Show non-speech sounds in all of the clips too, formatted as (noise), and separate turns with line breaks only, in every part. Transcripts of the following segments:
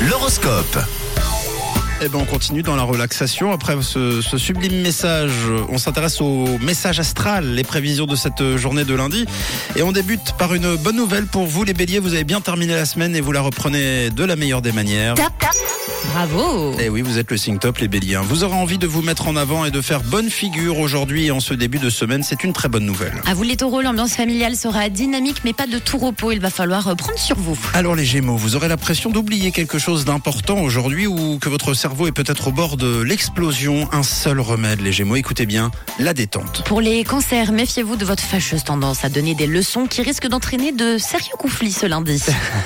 l'horoscope.
Eh ben on continue dans la relaxation. Après ce, ce sublime message, on s'intéresse au message astral, les prévisions de cette journée de lundi. Et on débute par une bonne nouvelle pour vous les béliers. Vous avez bien terminé la semaine et vous la reprenez de la meilleure des manières.
Bravo
Eh oui, vous êtes le signe top, les béliers. Vous aurez envie de vous mettre en avant et de faire bonne figure aujourd'hui et en ce début de semaine. C'est une très bonne nouvelle.
À vous les taureaux, l'ambiance familiale sera dynamique mais pas de tout repos, il va falloir euh, prendre sur vous.
Alors les Gémeaux, vous aurez la pression d'oublier quelque chose d'important aujourd'hui ou que votre cerveau est peut-être au bord de l'explosion. Un seul remède, les Gémeaux, écoutez bien, la détente.
Pour les cancers, méfiez-vous de votre fâcheuse tendance à donner des leçons qui risquent d'entraîner de sérieux conflits ce lundi.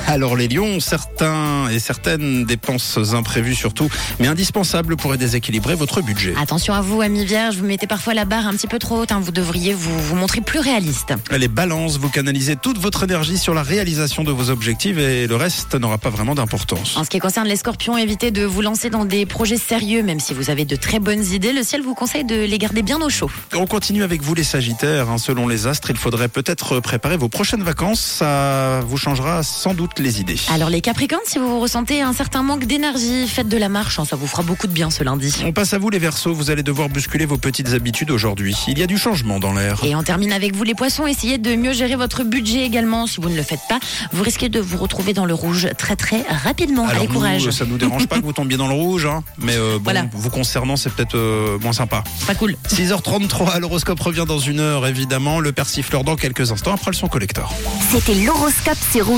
Alors les lions, certains et certaines dépenses imprévues surtout, mais indispensables pourraient déséquilibrer votre budget.
Attention à vous, amis vierges, vous mettez parfois la barre un petit peu trop haute, hein, vous devriez vous, vous montrer plus réaliste.
Les balances, vous canalisez toute votre énergie sur la réalisation de vos objectifs et le reste n'aura pas vraiment d'importance.
En ce qui concerne les scorpions, évitez de vous lancer dans des projets sérieux, même si vous avez de très bonnes idées, le ciel vous conseille de les garder bien au chaud.
On continue avec vous les Sagittaires. hein. Selon les astres, il faudrait peut-être préparer vos prochaines vacances. Ça vous changera sans doute les idées.
Alors les capricornes, si vous ressentez un certain manque d'énergie, faites de la marche, hein, ça vous fera beaucoup de bien ce lundi.
On passe à vous les Verseaux. Vous allez devoir bousculer vos petites habitudes aujourd'hui. Il y a du changement dans l'air.
Et on termine avec vous les poissons, essayez de mieux gérer votre budget également. Si vous ne le faites pas, vous risquez de vous retrouver dans le rouge très très rapidement.
Alors
Allez
nous,
courage.
euh, ça nous dérange
(laughs)
pas que vous tombiez dans le rouge, hein, mais euh, bon,
Voilà.
vous concernant, c'est peut-être euh, moins sympa.
Pas cool.
6h33, l'horoscope revient dans une heure, évidemment. Le persifleur dans quelques instants après le son collector.
C'était l'horoscope sur Rouge.